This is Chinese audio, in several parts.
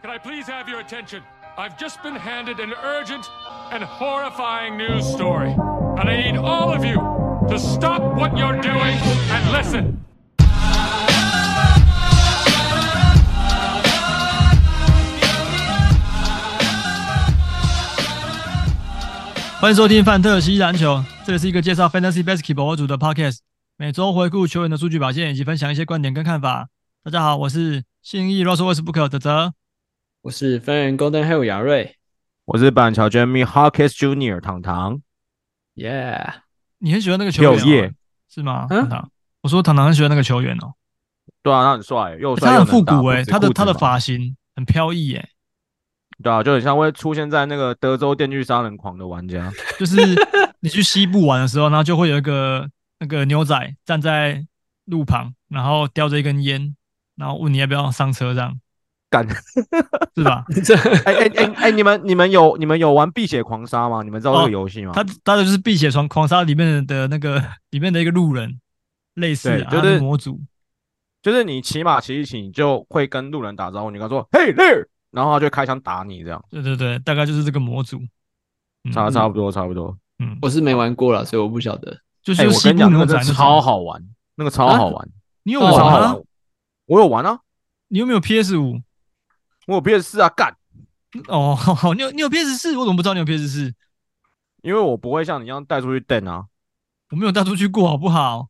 can I please have your attention? I've just been handed an urgent and horrifying news story. And I need all of you to stop what you're doing and listen. 欢迎收听《范特西篮球》，这里是一个介绍 Fantasy Basketball 组的 Podcast，每周回顾球员的数据表现，以及分享一些观点跟看法。大家好，我是信义 Russell Westbrook 的哲。我是分人 Golden Hill 姚瑞我是板桥 Jamie Hawkins Jr. 糖糖， ，Yeah， 你很喜欢那个球员、六哦叶，是吗？嗯糖糖，我说糖糖很喜欢那个球员哦，对啊，他很帅，又帅欸他又很复能打古诶、不止他的裤子他的嘛发型很飘逸欸诶、对啊，就很像会出现在那个德州电锯杀人狂的玩 家，就是你去西部玩的时候，然后就会有一个那个牛仔站在路旁，然后叼着一根烟，然后问你要不要上车，这样干，是吧？这哎哎哎哎，你们你们有你们有玩《辟邪狂杀》吗？你们知道这哦个游戏吗？他他的就是《碧血狂狂杀》里面的那个 里面的一个路人，类似对啊就他是是模组，就是你骑马骑一骑，你就会跟路人打招呼，你跟他说 “Hey there”，然后他就开枪打你，这样对对对，大概就是这个模组，嗯差嗯差不多差不多。嗯，我是没玩过了，所以我不晓得。就是哎，我西跟你部讲，那牛个仔真那种的超，好玩，那个超啊好玩，你有那玩啊个超好吗？玩。我有玩啊，你有没有 PS 五？我有 PS 四啊，干。哦， 好好，你有你有 PS 四？我怎么不知道你有 PS 四？因为我不会像你一样带出去瞪啊。我没有带出去过，好不好？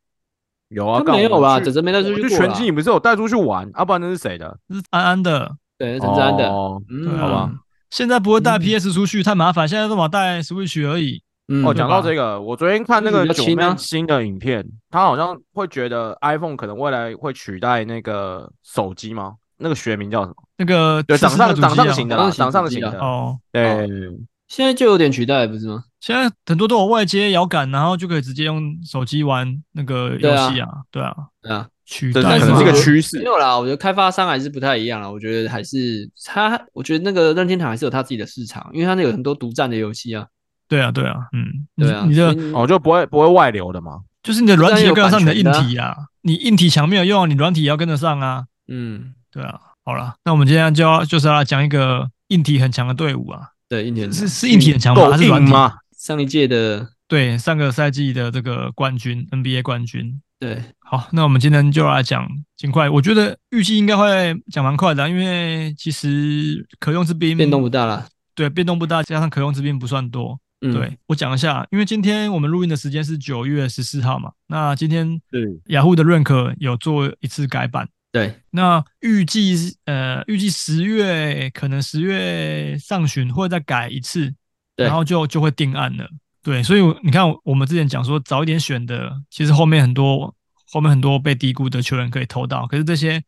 有啊，他干没有我吧？去哲哲没带出我去去过拳啦。击，你不是有带出去玩，啊，不然那是谁的？这是安安的，对，陈志安的。哦，对嗯，啊好吧。现在不会带嗯 PS 出去，太麻烦，现在都往带 Switch 而已。嗯，哦，对讲到吧这个，我昨天看那个嗯比较九轻啊妹新的影片，他好像会觉得 iPhone 可能未来会取代那个手机吗？那个学名叫什么？那个对，次掌世代上主掌机上啊型的掌啦，上型掌上主机型啊的。哦，对，现在就有点取代，不是吗？现在很多都有外接摇杆，然后就可以直接用手机玩那个对游啊戏啊，对啊，对啊，取这代可但是能是我个觉得趋没势。有啦。我觉得开发商还是不太一样啦。我觉得还是他，我觉得那个任天堂还是有他自己的市场，因为他那有很多独占的游戏啊。对啊，对啊，嗯，你对啊，你的所以哦，就不会不会外流的嘛。就是你的软体要跟得上你的硬当然有版体啊，你硬体强没有用，你软体也要跟得上啊。嗯，对啊，好了，那我们今天就要就是要来讲一个硬体很强的队伍啊，对，一年是是硬体很强吗？够还是硬软体？啊吗？上一届的，对，上个赛季的这个冠军 NBA 冠军。对，好，那我们今天就来讲尽快，我觉得预计应该会讲蛮快的啊、因为其实可用之兵变动不大啦。对变动不大，加上可用之兵不算多，嗯，对我讲一下，因为今天我们录音的时间是九月十四号嘛，那今天是雅虎的认可有做一次改版，对，那预计是呃预计十月可能十月上旬会再改一次，对然后就就会定案了。对，所以我你看我我们之前讲说早一点选的，其实后面很多后面很多被低估的球员可以偷到，可是这些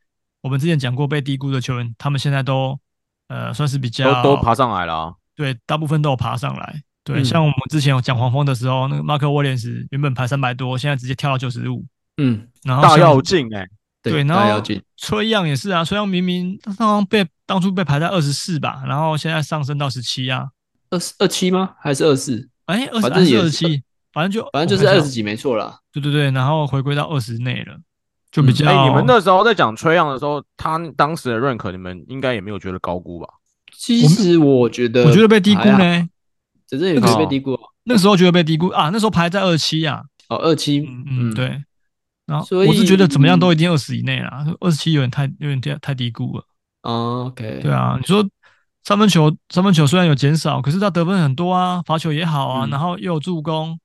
我们之前讲过被低估的球员，他们现在都呃算是比较都都爬上来了啊。对，大部分都有爬上来。对，嗯像我们之前有讲黄蜂的时候，那个马克威廉斯原本排三百多，现在直接跳到九十五。嗯，然后大像跃进哎，对，然大妖后精，崔样也是啊，崔样明明他好像被当初被排在二十四吧，然后现在上升到十七啊，二十二七吗？还是二四？哎，二十反正也二十是七，反正就反正就是我看二一下十几，没错啦。对对对，然后回归到二十内了，就比嗯较。哎，你们那时候在讲崔样的时候，他当时的认可，你们应该也没有觉得高估吧？其实我觉得，我觉得被低估还好，呢，只是也可以被低估哦。那时候觉得被低估啊，那时候排在二七啊，哦，二七，嗯嗯，对。然后所我是觉得以怎么样都一定二十以内啦，二十七有点太有点太太低估了。哦，OK，对啊，你说三分球，三分球虽然有减少，可是他得分很多啊，罚球也好啊，嗯然后又有助攻，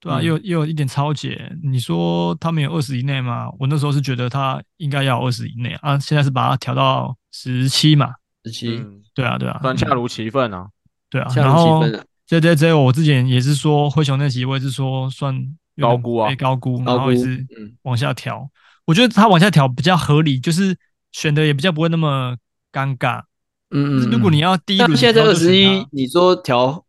对啊，嗯又有又有一点超解。你说他们有二十以内吗？我那时候是觉得他应该要二十以内啊，现在是把它调到十七嘛，十七，嗯，对啊，对啊，算恰嗯如其分啊。对啊，下然入后积分啊， J J J，我之前也是说灰熊那集，我也是说算有点高估啊被高估，高然后也估是嗯往下调。我觉得他往下调比较合理，就是选的也比较不会那么尴尬。嗯嗯，如果你要第一那轮现在这挑二就选十一他，你说调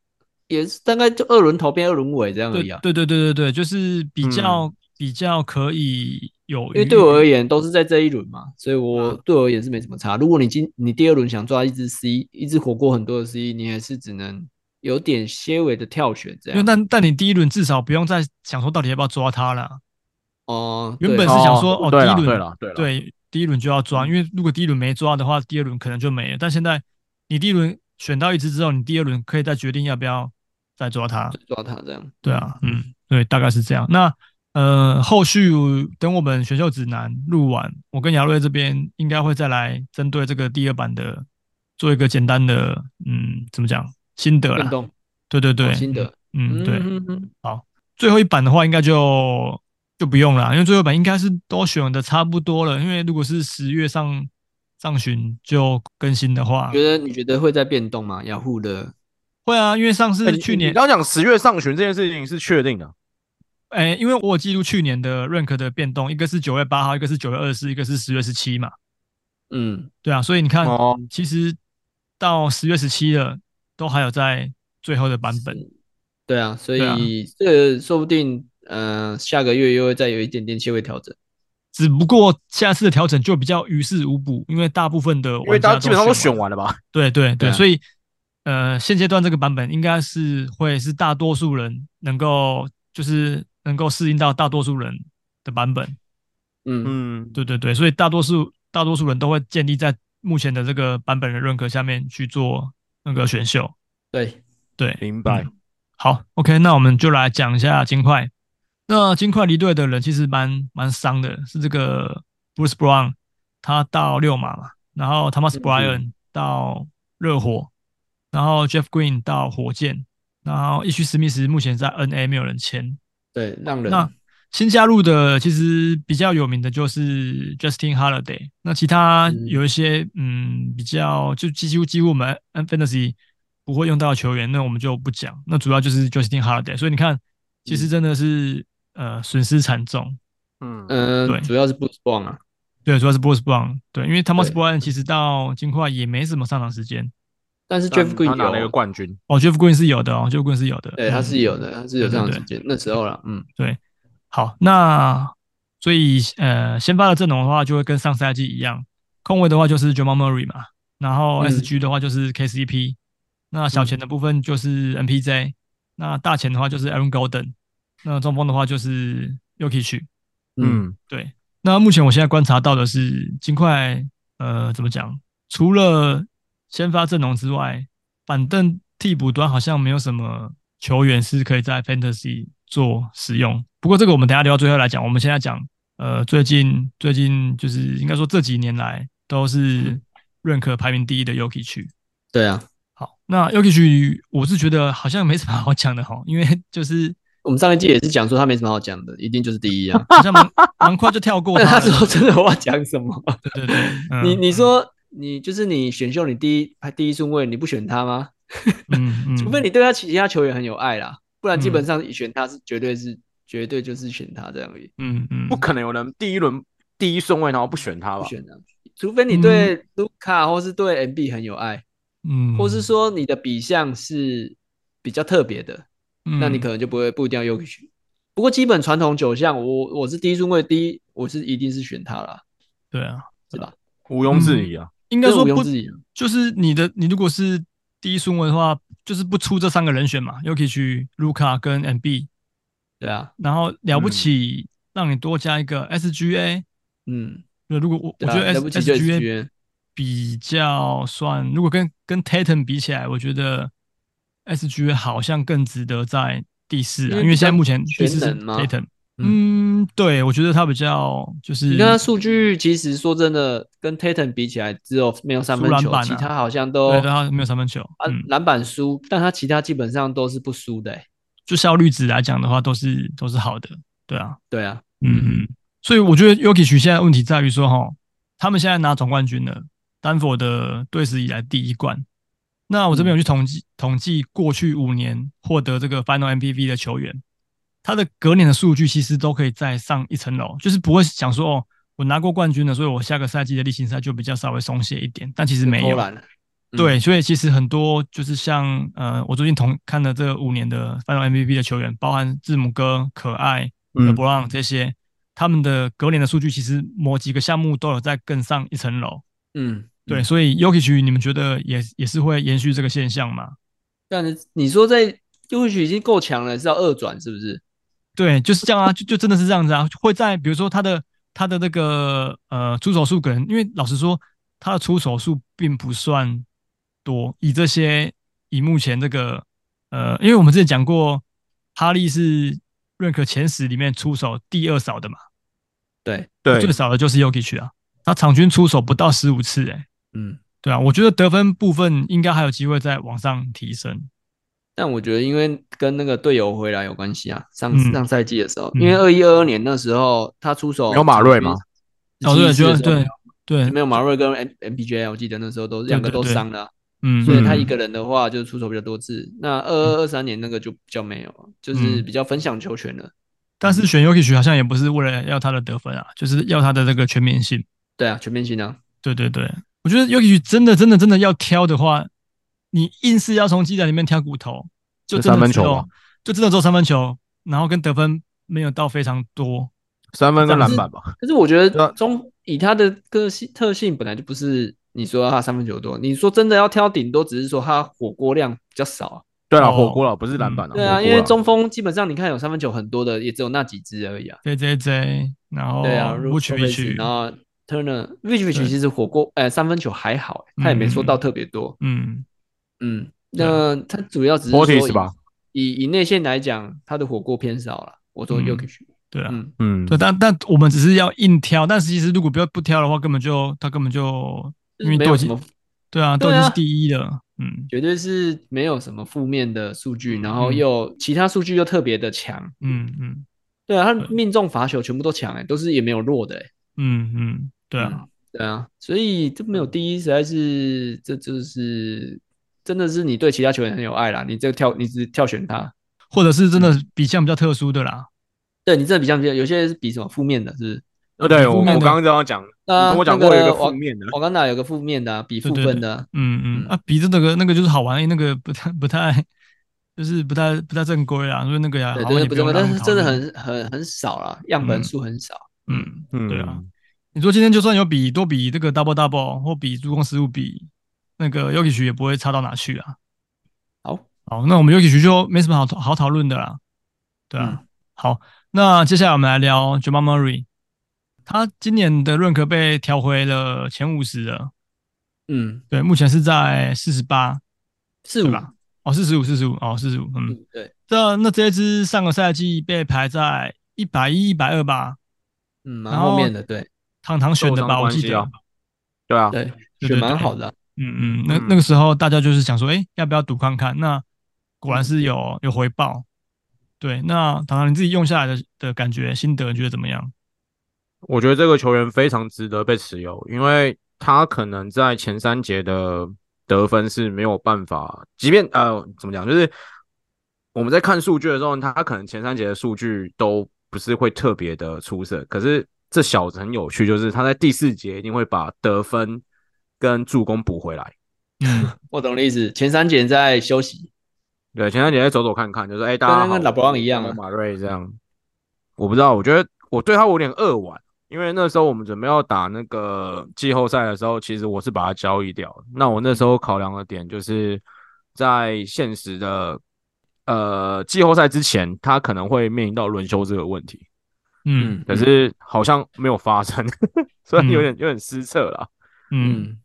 也是大概就二轮头变二轮尾这样而对已啊。对对对对对，就是比较、比较可以有余裕，因为对我而言都是在这一轮嘛，所以我啊对我而言是没什么差。如果你今你第二轮想抓一只 C，一只火锅很多的 C，你还是只能有点些微的跳选这因为样。但但你第一轮至少不用再想说到底要不要抓他了，哦，原对本是哦想说哦对第一了轮对了对了，对，嗯第一轮就要抓，因为如果第一轮没抓的话，第二轮可能就没了。但现在你第一轮选到一只之后，你第二轮可以再决定要不要再抓它。抓他这样。对啊，嗯，对，大概是这样。那呃，后续等我们选秀指南录完，我跟亚瑞这边应该会再来针对这个第二版的做一个简单的，嗯，怎么讲心得运啦？动哦对啊对对，心得，嗯，对。嗯哼最后一版的话，应该就就不用了，因为最后一版应该是都选的差不多了。因为如果是十月上上旬就更新的话你，觉得你觉得会在变动吗？雅虎的会啊，因为上哎次你去你年，刚刚讲十月上旬这件事情是确定的，哎、因为我有记录去年的 rank 的变动，一个是九月八号，一个是九月二十四，一个是十月十七嘛，嗯，对啊，所以你看，哦其实到十月十七了，都还有在最后的版本。对啊，所对啊以这个说不定，呃，下个月又会再有一点点些微调整。只不过下次的调整就比较于事无补，因为大部分的因为玩大家家基本上都选完了。完了吧？对对对对，啊所以呃，现阶段这个版本应该是会是大多数人能够就是能够适应到大多数人的版本。嗯，嗯，对对对，所以大多数大多数人都会建立在目前的这个版本的认可下面去做那个选秀。对，对，明白。好，OK，那我们就来讲一下金块。那金块离队的人其实蛮蛮伤的，是这个 Bruce Brown，他到六马嘛，然后 Thomas 嗯 Bryan 到热火，然后 Jeff Green 到火箭，然后伊区史密斯目前在 NA 没有人签。对，让人那新加入的其实比较有名的就是 Justin Holiday，那其他嗯有一些嗯比较就几乎几乎我们 N Fantasy 不会用到的球员，那我们就不讲。那主要就是 Justin Holiday，所以你看，其嗯实真的是、呃损失惨重。嗯对嗯，主要是不 s p 啊，对，主要是 Bruce Brown，对，因为 Thomas 对 Brown 其实到金块也没什么上场时间。但是但 Jeff 他 Green 拿了一有个冠军，哦，Jeff Green 是有的哦，Jeff Green 是有的，对，他嗯是有的，他是有对这样对的时间，那时候了，嗯，好，那所以呃，先发的阵容的话，就会跟上赛季一样，控卫的话就是 j a m a Murray 嘛，然后嗯 SG 的话就是 KCP，、那小前的部分就是 NPJ，那大前的话就是 Aaron Golden，那中锋的话就是 Yukichi。嗯，对，那目前我现在观察到的是，金块呃怎么讲，除了先发阵容之外，板凳替补端好像没有什么球员是可以在 Fantasy 做使用。不过这个我们等一下留到最后来讲。我们现在讲呃最近最近就是应该说这几年来都是认可排名第一的 Yuki 区。对啊，好，那 Yuki 区我是觉得好像没什么好讲的哈，因为就是我们上一季也是讲说他没什么好讲的，一定就是第一啊。好像蛮蛮快就跳过但他 他了。说真的，我要讲什么？对对对，嗯你你说你就是你选秀你第一排第一顺位你不选他吗？嗯嗯，除非你对他其他球员很有爱啦，不然基嗯本上你选他是绝对是绝对就是选他这样而已，嗯嗯，不可能有人第一轮第一顺位然后不选他不吧？选他。除非你对卢卡或是对 MB 很有爱，嗯，或是说你的比项是比较特别的，嗯，那你可能就不会不一定要 y o k i 不过基本传统九项，我我是第一顺位第一，我是一定是选他啦，对啊，是吧？毋庸置疑啊。应该这说毋庸不置疑啊。就是你的你如果是第一顺位的话，就是不出这三个人选嘛 y o k i 去卢卡跟 MB，对啊，然后了不起让你多加一个 SGA。嗯，对，如果我我对啊觉得了 S 不起就 SGA SGA 比较算，如果跟跟 Tatum 比起来，我觉得 SGA 好像更值得在第四因啊，为因为比现在较目前第全四是能吗 Tatum。嗯，对，我觉得他比较就是你看他数据，其实说真的，跟 Tatum 比起来，只有没有三分输篮球，板啊其他好像都对，他没有三分球，啊嗯，篮板输，但他其他基本上都是不输的欸、就效率值来讲的话，都是都是好的，对啊，对啊，嗯嗯，所以我觉得 Yuki 现在问题在于说，哈，他们现在拿总冠军了，丹佛的队史以来第一冠。那我这边有去统计、统计过去五年获得这个 Final MVP 的球员，他的隔年的数据其实都可以再上一层楼，就是不会想说哦，我拿过冠军了，所以我下个赛季的例行赛就比较稍微松懈一点，但其实没偷有，懒了，啊嗯对，所以其实很多就是像呃，我最近同看了这五年的范总 MVP 的球员，包含字母哥、可爱、嗯德布朗这些，他们的隔年的数据其实某几个项目都有在更上一层楼。嗯，对，所以 Yokic 你们觉得也也是会延续这个现象吗？但是你说在优许已经够强了，是要二转是不是？对，就是这样啊，就就真的是这样子啊，会在比如说他的他的那个呃出手数可能，因为老实说，他的出手数并不算多，以这些以目前这个呃，因为我们之前讲过，哈利是认可前十里面出手第二少的嘛，对，对最，少的就是 Yogi 去啊，他场均出手不到十五次、欸，诶嗯，对啊，我觉得得分部分应该还有机会再往上提升，但我觉得因为跟那个队友回来有关系啊，上嗯上赛季的时候，嗯因为二一二二年那时候他出手有马瑞吗？哦对17对的时候对对，没有马瑞跟 M M B J，我记得那时候都对两个对都对伤了啊，嗯，所以嗯他一个人的话就出手比较多次。那二二二三年那个就比较没有啊，就是嗯比较分享球权了。但是选 Yokic 好像也不是为了要他的得分啊，就是要他的这个全面性。对啊，全面性啊，对对对，我觉得 Yokic 真的真的真的要挑的话，你硬是要从鸡蛋里面挑骨头，就就真三的分只球有嘛就真的做三分球，然后跟得分没有到非常多。三分跟但篮是板吧。可是我觉对啊得中以他的个性特性本来就不是你说他三分球多，你说真的要挑，顶多只是说他火锅量比较少啊。对了，哦火锅了，不是篮嗯板了。对啊，火锅因为啦中锋基本上你看有三分球很多的也只有那几支而已啊。 J J J，然后对啊，不取不 Vucevic，取，然后 Turner v i c v i c 对其实火锅哎三分球还好欸，他也没说到特别多。嗯，嗯，对啊那他主要只是 Portis 说以吧以以内线来讲，他的火锅偏少了。我说嗯 y o k i c 对啊，嗯，嗯，对，但但我们只是要硬挑，但是其实如果不要不挑的话，根本就他根本就因为没都有已什经么，对啊，都已对经啊是第一了，嗯绝对是没有什么负面的数据，嗯然后嗯又其他数据又特别的强。嗯嗯对啊，他命中罚球全部都强哎，都是也没有弱的哎。嗯嗯，对啊。嗯嗯对啊，所以这没有第一，实在是这就是真的是你对其他球员很有爱啦。你这个跳，你只挑选他，或者是真嗯的比项比较特殊的啦。对你这比较比较，有些是比什么负面的，是不是？呃对我负我面刚的刚这样讲，那你跟我讲那过有一个个负我面的，我刚哪有个负面的、啊，比对负对分对的啊、嗯嗯嗯啊，比着那个那个就是好玩，那个不 太不太就是不太不太正规啊，所以那个呀，对好像对也不用正规，但让是讨真的论很很很少啦，样本数很少。嗯。嗯，对啊，你说今天就算有比多比这个 double double 或比助攻失误比那个 Yuki 也不会差到哪去啊。好，好，那我们 Yuki 就没什么好讨好讨论的啦。对嗯啊，好，那接下来我们来聊 Jamal Murray，他今年的认可被调回了前五十了，嗯，对，目前是在四十八，四对五，吧哦，四十五，四十五，哦，四十五，嗯，嗯，对，这那这一支上个赛季被排在一百一、一百二吧，嗯，蛮然后后面的，对堂堂选的吧，受伤我关记系得啊，对啊，对，对选对蛮对好的啊、嗯嗯，那嗯那个时候大家就是想说，哎，要不要赌看看？那果嗯然是有有回报，对，那堂堂你自己用下来的的感觉心得，你觉得怎么样？我觉得这个球员非常值得被持有，因为他可能在前三节的得分是没有办法，即便呃怎么讲，就是我们在看数据的时候，他可能前三节的数据都不是会特别的出色，可是这小子很有趣，就是他在第四节一定会把得分跟助攻补回来。嗯，我懂的意思，前三节在休息，对，前三节再走走看看，就是哎、大家跟那个好老伯我朗一是样啊莫马瑞这样，我不知道，我觉得我对他我有点扼腕，因为那时候我们准备要打那个季后赛的时候，其实我是把他交易掉。那我那时候考量的点就是在现实的呃季后赛之前，他可能会面临到轮休这个问题，嗯可是好像没有发生， 所以有点有点失策啦。嗯，嗯，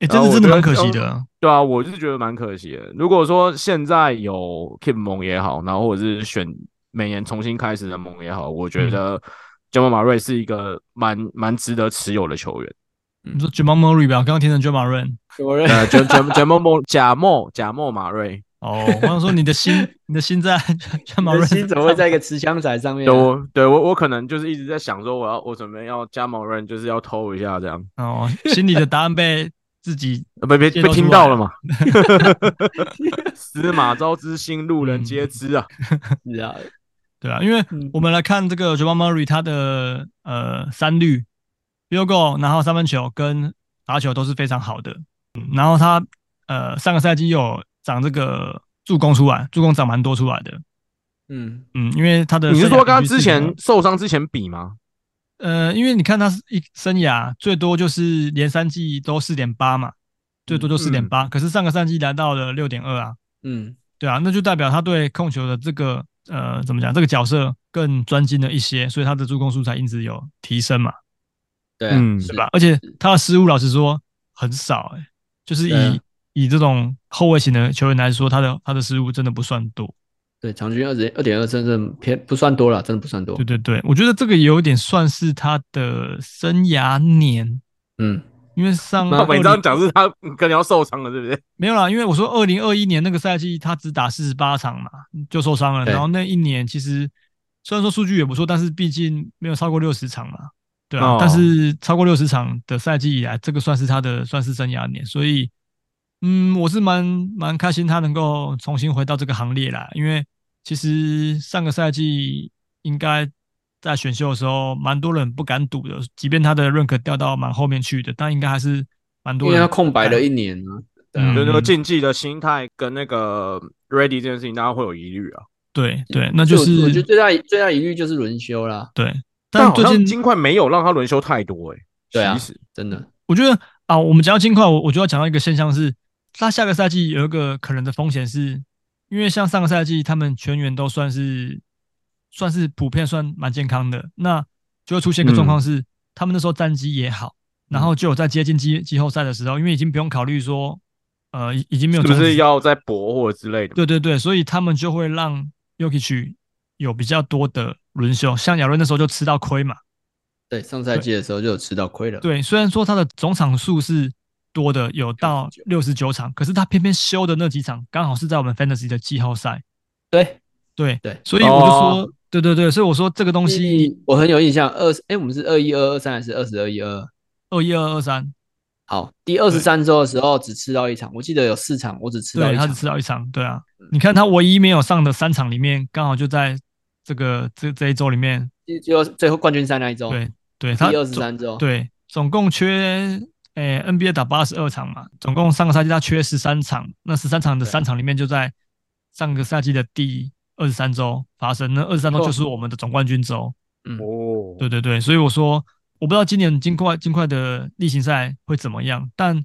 哎，然真后的我真的觉蛮得可惜像的，对啊，我是觉得蛮可惜的。如果说现在有 Keep 盟也好，然后或者是选每年重新开始的盟也好，我嗯觉得 j a m a 马瑞是一个蛮蛮值得持有的球员。你说 Jamal Murray 吧，我刚刚听成 Jamal r a n 我认呃 j a m j a m a 贾莫贾莫马瑞，哦，我想说你的心， 你的心在 Jamal r 你的 a 心 n 怎么会在一个持枪仔上面对啊、我对我我可能就是一直在想说，我要我准备要加盟瑞，就是要偷一下这样，哦，心里的答案被自己呃被被泄被露听出来到了了嘛？ 司马昭之心，路嗯人皆知啊。是啊，对啊，因为嗯我们来看这个 Jamal Murray 他的呃三率、field goal，然后三分球跟罚球都是非常好的。嗯然后他呃上个赛季有涨这个助攻出来，助攻涨蛮多出来的。嗯，嗯，因为他的你是生涯说跟他平均之是前受伤之前比吗？呃，因为你看他是一生涯最多就是连三季都四点八嘛，最多就四嗯点八，可是上个赛季来到了六点二啊，嗯，对啊，那就代表他对控球的这个呃怎么讲，这个角色更专精了一些，所以他的助攻数才一直有提升嘛，对啊，嗯是对吧？？而且他的失误，老实说很少、欸，就是以、对啊以这种后卫型的球员来说，他的他的失误真的不算多。对，场均二点二点二，真正偏不算多了，真的不算多对。对对，我觉得这个也有点算是他的生涯年，嗯，因为上那那20啊每张讲是他嗯可能要受伤了，对不对？没有啦，因为我说二零二一年那个赛季他只打四十八场嘛，就受伤了。对然后那一年其实虽然说数据也不错，但是毕竟没有超过六十场嘛，对啊。哦但是超过六十场的赛季以来，这个算是他的算是生涯年，所以嗯，我是蛮蛮开心他能够重新回到这个行列啦。因为其实上个赛季应该在选秀的时候，蛮多人不敢赌的，即便他的认可掉到蛮后面去的，但应该还是蛮因多为人他空白敢了一年啊，对啊嗯就那个竞技的心态跟那个 ready 这件事情，大家会有疑虑啊。对对，那就所以我我觉得是最大最大疑虑就是轮休啦，对。但好最像近金块没有让他轮休太多哎、对啊其实真的。我觉得啊，我们讲到金块，我我就要讲到一个现象是，他下个赛季有一个可能的风险是，因为像上个赛季他们全员都算是算是普遍算蛮健康的，那就会出现一个状况嗯是，他们那时候战绩也好，然后就有在接近季季后赛的时候，因为已经不用考虑说，呃，已已经没有是不种子是要再搏或者之类的？对对对，所以他们就会让 Yuki 去有比较多的轮休，像亚伦那时候就吃到亏嘛。对，上赛季的时候就有吃到亏了。，对，虽然说他的总场数是多的，有到六十九场，可是他偏偏休的那几场刚好是在我们 Fantasy 的季后赛。对对对所以我就说，哦对对对，所以我说这个东西我很有印象，二哎，我们是二一二二三还是二十二一二？二一二二三，好，第二十三周的时候只吃到一场，我记得有四场，我只吃到对，一他场嗯只。吃到一场，对啊。你看他唯一没有上的三场里面，刚好就在这个这这一周里面，就就最后冠军赛那一周，对对，他第二十总三周，对总共缺。诶、n b a 打八十二场嘛，总共上个赛季他缺十三场，那十三场的对三场里面就在上个赛季的第二十三周发生，那二十三周错就是我们的总冠军周。哦，对对对，所以我说我不知道今年金块金块的例行赛会怎么样，但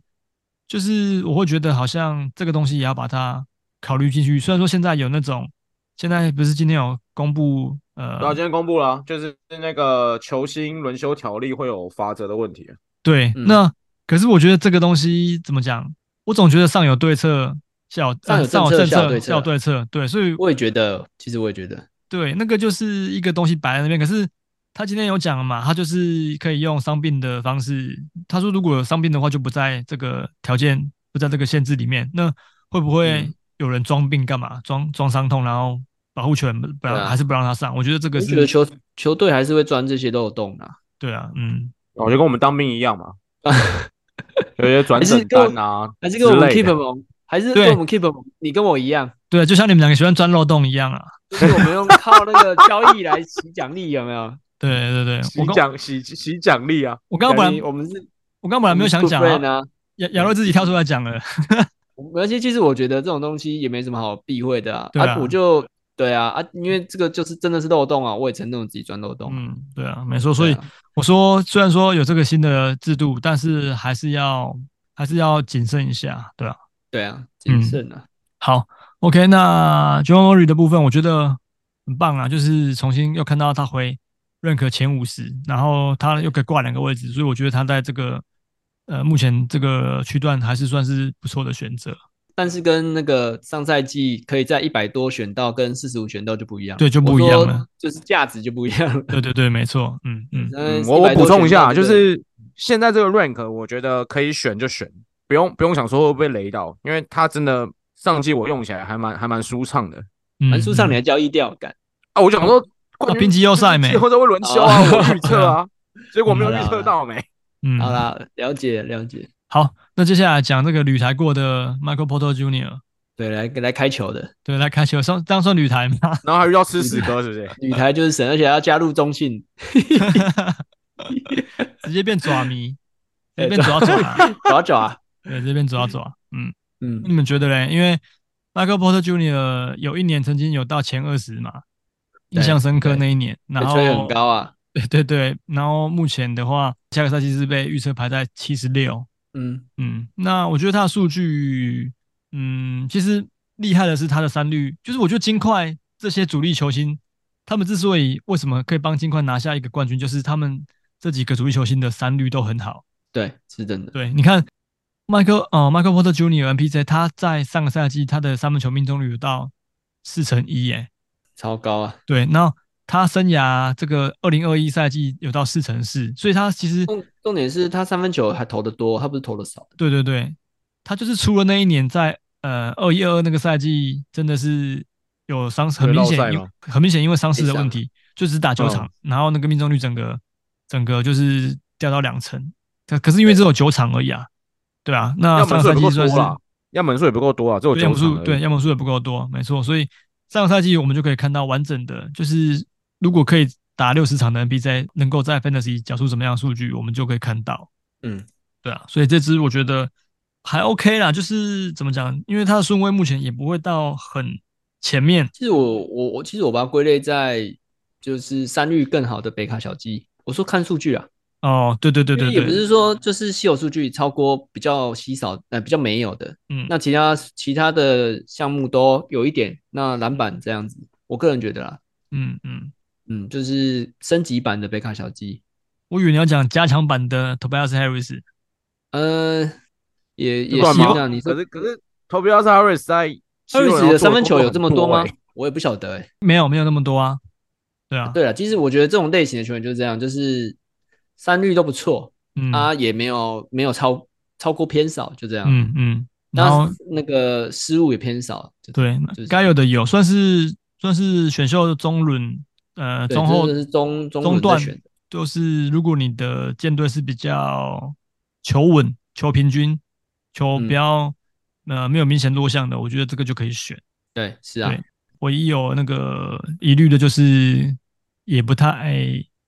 就是我会觉得好像这个东西也要把它考虑进去。虽然说现在有那种，现在不是今天有公布呃对啊，今天公布了啊，就是那个球星轮休条例会有罚则的问题。啊对，嗯那可是我觉得这个东西怎么讲？我总觉得上有对策，下有上有呃上有政策政下有策，对策下有对策，对，所以我也觉得，其实我也觉得，对那个就是一个东西摆在那边。可是他今天有讲嘛，他就是可以用伤病的方式。他说如果有伤病的话，就不在这个条件，不在这个限制里面。那会不会嗯有人装病干嘛？装装伤痛，然后保护权不不让、对啊还是不让他上？我觉得这我个觉得是球球队还是会钻这些漏洞啦。对啊，嗯，我觉得跟我们当兵一样嘛，有些转诊单啊，还是跟我们之类 keep 的盟，还是对跟我们 keep 盟，你跟我一样，对，啊就像你们两个喜欢钻漏洞一样啊。就是我们用 靠那个交易来洗奖励，有没有？对对对，洗我刚奖洗洗奖励啊，我刚刚本奖励来我们是我刚本来没有想讲我们是 good friend 啊，啊。亚亚瑞自己跳出来讲了。而且其实我觉得这种东西也没什么好避讳的啊，对啊我就对啊啊，因为这个就是真的是漏洞啊，我也承认我自己钻漏洞啊、嗯，对啊，没错。所以对啊我说，虽然说有这个新的制度，但是还是要还是要谨慎一下，对啊。对啊，嗯谨慎啊，好，OK，那 John Murray 的部分，我觉得很棒啊，就是重新又看到他回认可前五十，然后他又可以挂两个位置，所以我觉得他在这个呃目前这个区段还是算是不错的选择。但是跟那个上赛季可以在一百多选到跟四十五选到就不一样，对就不一样了我说就是价值就不一样了。对对对，没错，嗯嗯， 嗯我我补充一下，就100多选到这个是现在这个 rank，我觉得可以选就选，不用不用想说会不会雷到，因为它真的上季我用起来还蛮还蛮舒畅的蛮舒畅，你嗯还交易掉，感啊。我想说冠哦军拼季后赛没季后赛会轮 休啊，哦我预测啊，结果没有好啦预测到没。嗯，好啦，了解了解，好，那接下来讲这个旅台过的 Michael Porter Jr.，对，来来开球的 对，来开球，算这样算旅 台吗？然后还遇到吃屎哥，是 不是？啊女台就是神，而且还要加入中信，直接变爪迷，直接对变爪爪，爪爪，啊对，直接变爪爪，嗯，嗯那你们觉得嘞？因为 Michael Porter Jr. 有一年曾经有到前二十嘛，印对象深刻对那一年。然被后吹很高啊，对对对，然后目前的话，下个赛季是被预测排在七十六。嗯嗯，那我觉得他的数据，嗯，其实厉害的是他的三率，就是我觉得金块这些主力球星，他们之所以为什么可以帮金块拿下一个冠军，就是他们这几个主力球星的三率都很好。对，是真的，对，你看麦克呃麦克 Porter Jr. MPJ，他在上个赛季他的三分球命中率有到四成一耶，超高啊，对，那他生涯这个二零二一赛季有到四成四，所以他其实重重点是他三分球还投的多，他不是投的少，对对对，他就是除了那一年在呃二一二二那个赛季，真的是有伤，很对明落显赛因嘛很明显因为伤势的被伤问了题，就只打九嗯场，然后那个命中率整个整个就是掉到两成，可可是因为只有九场而已啊，对啊，那样上本个赛数也不季够算多是啦，样本数也不够多啊，只有对样九本场数而已。对样本数也不够多，没错，所以上个赛季我们就可以看到完整的，就是如果可以打六十场的 NBJ，能够在 Fantasy 缴出什么样的数据，我们就可以看到。嗯，对啊，所以这支我觉得还 OK 啦，就是怎么讲，因为它的顺位目前也不会到很前面。其实我我我其实我把它归类在就是三率更好的北卡小鸡，我说看数据啊，哦，对对对对因为也不对，是说就是稀有数据超过比较稀少呃比较没有的，嗯，那其他其他的项目都有一点，那篮板这样子，我个人觉得啦，嗯嗯，嗯，就是升级版的北卡小鸡，我以为你要讲加强版的 Tobias Harris，呃，也也干是嘛这样，你说可是可是 Tobias Harris 在二七六十人要的做三分球得有这么很多吗欸？我也不晓得哎、没有没有那么多啊。对啊，对了，其实我觉得这种类型的球员就是这样，就是三率都不错，嗯啊，也没有没有超超过偏少，就这样。嗯嗯，那然后那个失误也偏少，就对就是该有的有，算是算是选秀中轮呃对中后这是中中中轮段在选的，就是如果你的舰队是比较求稳、求平均、求嗯不要、呃没有明显弱项的，我觉得这个就可以选。对，是啊对，唯一有那个疑虑的就是也不太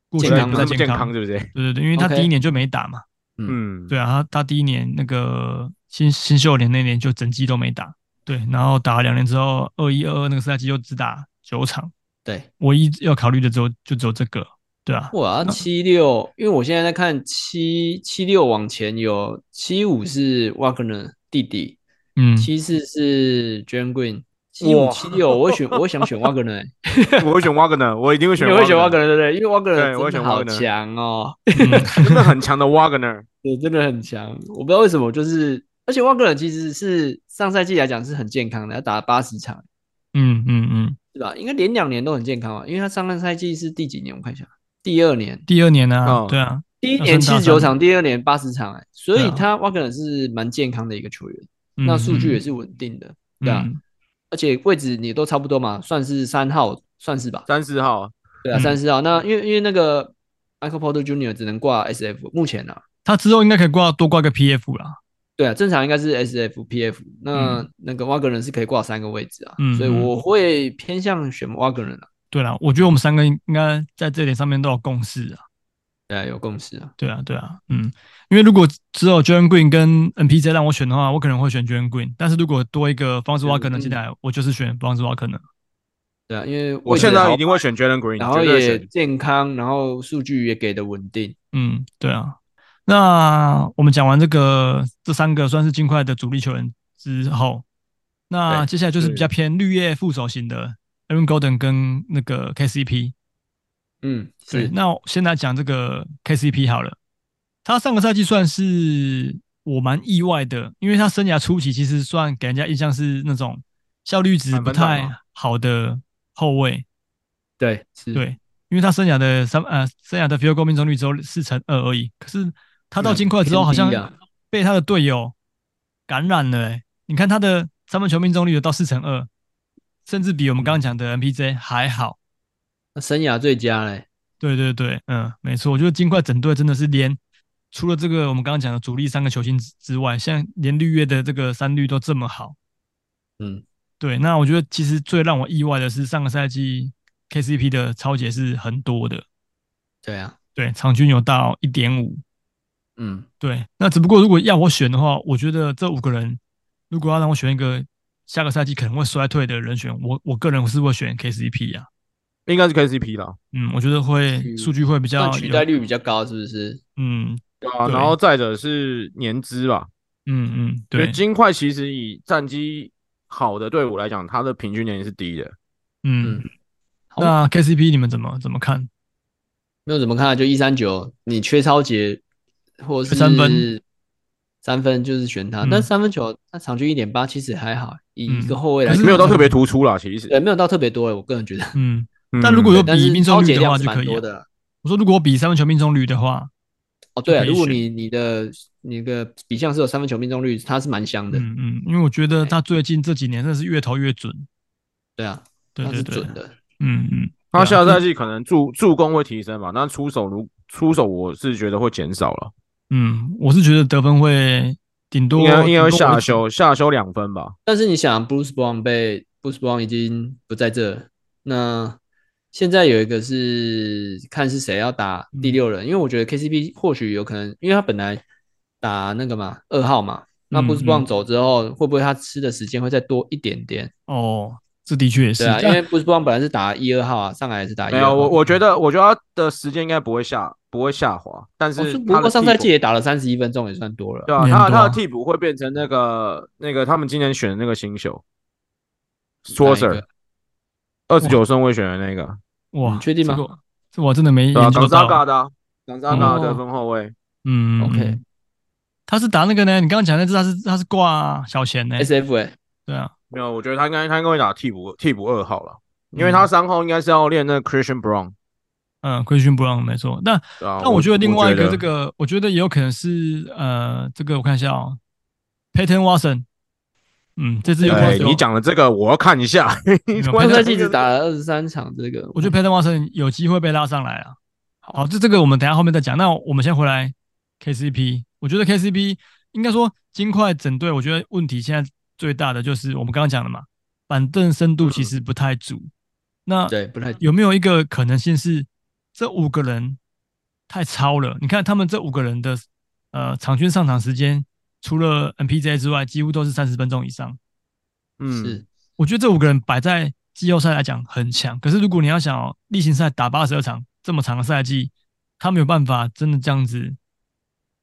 过去健也康不太吗那健么健康是不是？对对对，因为他 OK 第一年就没打嘛。嗯，对啊，他他第一年那个新新秀年那年就整季都没打，对，然后打了两年之后，二一二二那个赛季就只打九场，对，唯一要考虑的只有就只有这个，对啊，哇，嗯七六，因为我现在在看七七六往前有七嗯五是 Wagner 弟弟，嗯，七四是 Jalen Green，七五哇七六我会 选，我会想选 Wagner，欸、我会选 Wagner，我一定会选你 Wagner，会选 Wagner 对不对？因为对 Wagner 我会选真的好 Wagner 强哦，嗯真的很强的 Wagner。对，真的很强。我不知道为什么，就是而且 Wagner 其实是上赛季来讲是很健康的，他打了八十场，嗯嗯嗯，是吧？应该连两年都很健康啊，因为他上个赛季是第几年？我看一下，第二年，第二年呢、哦对啊，第一要年七升大十九三场，第二年八十场、欸，所对以啊他 Wagner 是蛮健康的一个球员。嗯那数据也，是稳定的，嗯对啊，嗯而且位置你都差不多嘛，算是三号，算是吧？三十号，对啊，嗯三四号。那因为因为那个 Michael Porter Jr. 只能挂 SF，目前啊，他之后应该可以挂多挂个 PF 啦，对啊，正常应该是 SF、PF。那那个 Wagner 是可以挂三个位置啊嗯，所以我会偏向选 Wagner 啊。对啦，我觉得我们三个应该在这点上面都有共识啊，对啊，有共识啊。对啊对啊，嗯，因为如果只有 j o h n Green 跟 NPJ 让我选的话，我可能会选 j o h n Green，但是如果多一个 f r a n z w a l k e r 嗯进来，我就是选 f r a n z w a l k e r 对啊，因为我位置现在好一定会选 Jalen 然 Green，后绝对也选。健康，然后数据也给的稳定。嗯，对啊。那我们讲完这个这三个算是金块的主力球员之后，那对接下来就是是比较偏绿叶副手型的 Aaron Golden 跟那个 KCP。嗯，对，是，那我先来讲这个 KCP 好了。他上个赛季算是我蛮意外的，因为他生涯初期其实算给人家印象是那种效率值满不分党太吗好的后卫。对，是，对，因为他生涯的三呃生涯的 field goal 命中率只有四成二而已，可是他到嗯金块之后偏好像低啊被他的队友感染了、欸。你看他的三分球命中率有到四成二，甚至比我们刚刚讲的 MPJ 还好。那生涯最佳嘞。对对对，嗯，没错，我觉得金块整队真的是连除了这个我们刚刚讲的主力三个球星之之外，现在连绿叶的这个三率都这么好。嗯，对，那我觉得其实最让我意外的是上个赛季 KCP 的超解是很多的，对啊，对，场均有到一点五。嗯，对，那只不过如果要我选的话，我觉得这五个人如果要让我选一个下个赛季可能会衰退的人选，我我个人是会选 KCP 啊。应该是 KCP 啦，嗯，我觉得会嗯数据会比较但取代有，率比较高，是不是？嗯对啊，对然后再者是年资吧，嗯嗯，因为对，金块其实以战绩好的队伍来讲，它的平均年龄是低的。嗯嗯。好那 KCP 你们怎么怎么看？没有怎么看啊，就一三九，你缺超节或是三分，三分就是选他。嗯但三分球他场均一点八，其实还好，以一个嗯后卫来可是讲，没有到特别突出啦，其实。对，没有到特别多。我个人觉得，嗯，嗯但如果有但比是命中超率节的话量是就可蛮以多啊。的。我说如果比三分球命中率的话，哦，对啊，就可以如果选你你的你的比项是有三分球命中率，他是蛮香的。嗯嗯，因为我觉得他最近这几年真的是越投越准，对啊，对他对是对，准的。嗯嗯，他对啊下赛季可能助助攻会提升嘛，那出手如出手，我是觉得会减少了，嗯，我是觉得得分会顶多应该应该会顶多下修下修两分吧。但是你想，Bruce Brown 被 Bruce Brown 已经不在这了，那现在有一个是看是谁要打嗯第六人，因为我觉得 KCP 或许有可能，因为他本来打那个嘛二号嘛，那嗯 Bruce 嗯 Brown 走之后，会不会他吃的时间会再多一点点？哦，这的确也是，对啊，因但为 Bruce Brown 本来是打一二号啊，上来也是打一没二号。有，我我觉得我觉得他的时间应该不会下不会下滑，但哦是不他的过上赛季替补也打了三十一分钟，也算多了啊。对啊，也很他多啊他的替补会变成那个那个他们今年选的那个新秀哪一，Swartzer，个二十九顺位选的那个，哇，你确定吗这个这我真的没对啊，研冈究萨到，嘎的啊，冈萨嘎哦得分后卫，嗯 OK 嗯他是打那个呢，你刚刚讲那只他是他是挂小钱呢， SF 哎，对啊，没有，我觉得他应该他应该会打替补替补二号了，因为他三号应该是要练那个 Christian Brown，嗯，Christian Brown 没错，但对啊，但我觉得另外一我个这觉得个，我觉得也有可能是呃，这个我看一下哦，Payton Watson，嗯，这支有可能哎，是有你，讲的这个我要看一下。嗯 你突上然没有赛讲季一只个打了二十三场，这个我觉得 Payton Watson 有机会被拉上来啊。好，这这个我们等一下后面再讲。那我们先回来 KCP，我觉得 KCP 应该说金块整队，我觉得问题现在最大的就是我们刚刚讲的嘛，板凳深度其实不太足。那对不太有没有一个可能性是这五个人太超了？你看他们这五个人的呃场均上场时间，除了 NPJ 之外，几乎都是三十分钟以上。嗯是，我觉得这五个人摆在季后赛来讲很强，可是如果你要想哦例行赛打八十二场这么长的赛季，他没有办法真的这样子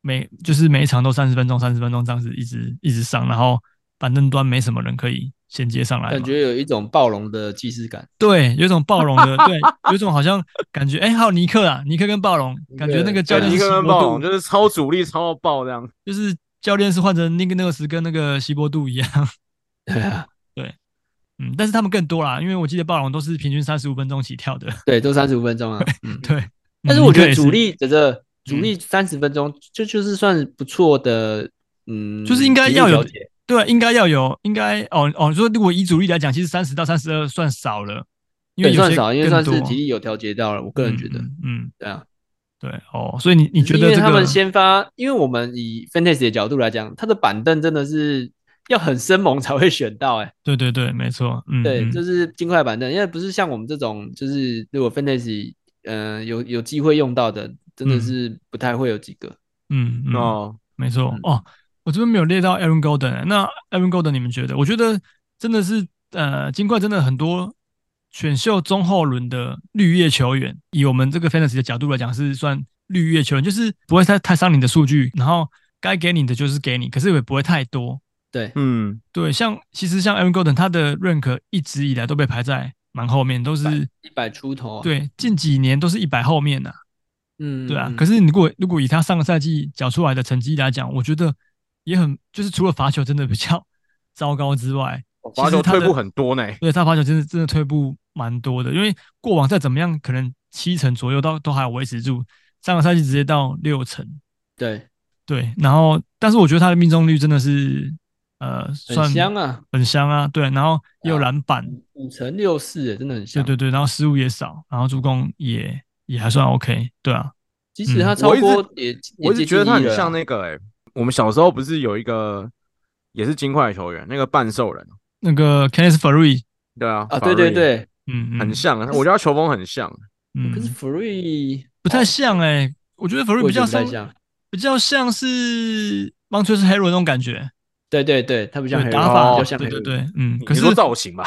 每就是每一场都三十分钟、三十分钟这样子一直一直上，然后板凳端没什么人可以衔接上来嘛，感觉有一种暴龙的既视感。对，有一种暴龙的，对，有一种好像感觉哎、还有尼克啊，尼克跟暴龙，感觉那个教就练一是个希人伯爆红，杜，就是超主力超到爆这样。就是教练是换成那个那个斯跟那个希伯杜一样， 对啊，嗯，但是他们更多啦，因为我记得暴龙都是平均三十五分钟起跳的，对，都三十五分钟啊。嗯，对。但是嗯我尼克觉得也是嗯主力的这主力三十分钟，这就是算不错的，嗯，就是应该要有体力调节对，啊应该要有，应该哦哦，说如果以主力来讲，其实三十到三十二算少了，因为有对，算些少，因为更算是多体力有调节到了。我个人觉得，嗯嗯，对啊，对哦，所以你你觉因得为这他个们先发，因为我们以 fantasy 的角度来讲，他的板凳真的是要很生猛才会选到，哎，对对对，没错，嗯，对，嗯就是金块板凳，因为不是像我们这种，就是如果 fantasy，嗯，有有机会用到的，真的嗯是不太会有几个。嗯嗯哦，没错、嗯哦，我这边没有列到 Aaron Golden，欸、那 Aaron Golden 你们觉得？我觉得真的是呃，金块真的很多选秀中后轮的绿叶球员，以我们这个 fantasy 的角度来讲，是算绿叶球员，就是不会太太伤你的数据，然后该给你的就是给你，可是也不会太多。对，嗯，对，像其实像 Aaron Golden 他的 rank 一直以来都被排在蛮后面，都是一百出头、啊。，对近几年都是一百后面呐、嗯，对啊，嗯可是你如果如果以他上个赛季缴出来的成绩来讲，我觉得也很就是除了罚球真的比较 糟糕之外，罚其球实他的退步很多呢。对他罚球真的真的退步蛮多的，因为过往再怎么样，可能七成左右到都还有维持住，上个赛季直接到六成。对，对，然后但是我觉得他的命中率真的是呃算很香啊，很香啊，对，然后也有啊篮板，五乘六四耶，真的很对香。对对，然后失误也少，然后助攻也也还算 OK，对啊，即使他嗯超我一直过也，也我一接直觉得近他一很了啊像那个哎，我们小时候不是有一个也是金块的球员，那个半兽人，那个 Kenneth Free，对啊，啊，对对 Farid，对。嗯，嗯很，像，啊，我觉得他球风很像。嗯，可是 Free 不太像哎、我觉得 Free 比我也较觉得不太像，像，比较像是 Montrezl Harrell 那种感觉，对对对，他不像对 Harry，打哦法，比较像对 Harry，对对，嗯，可你是说造型吧，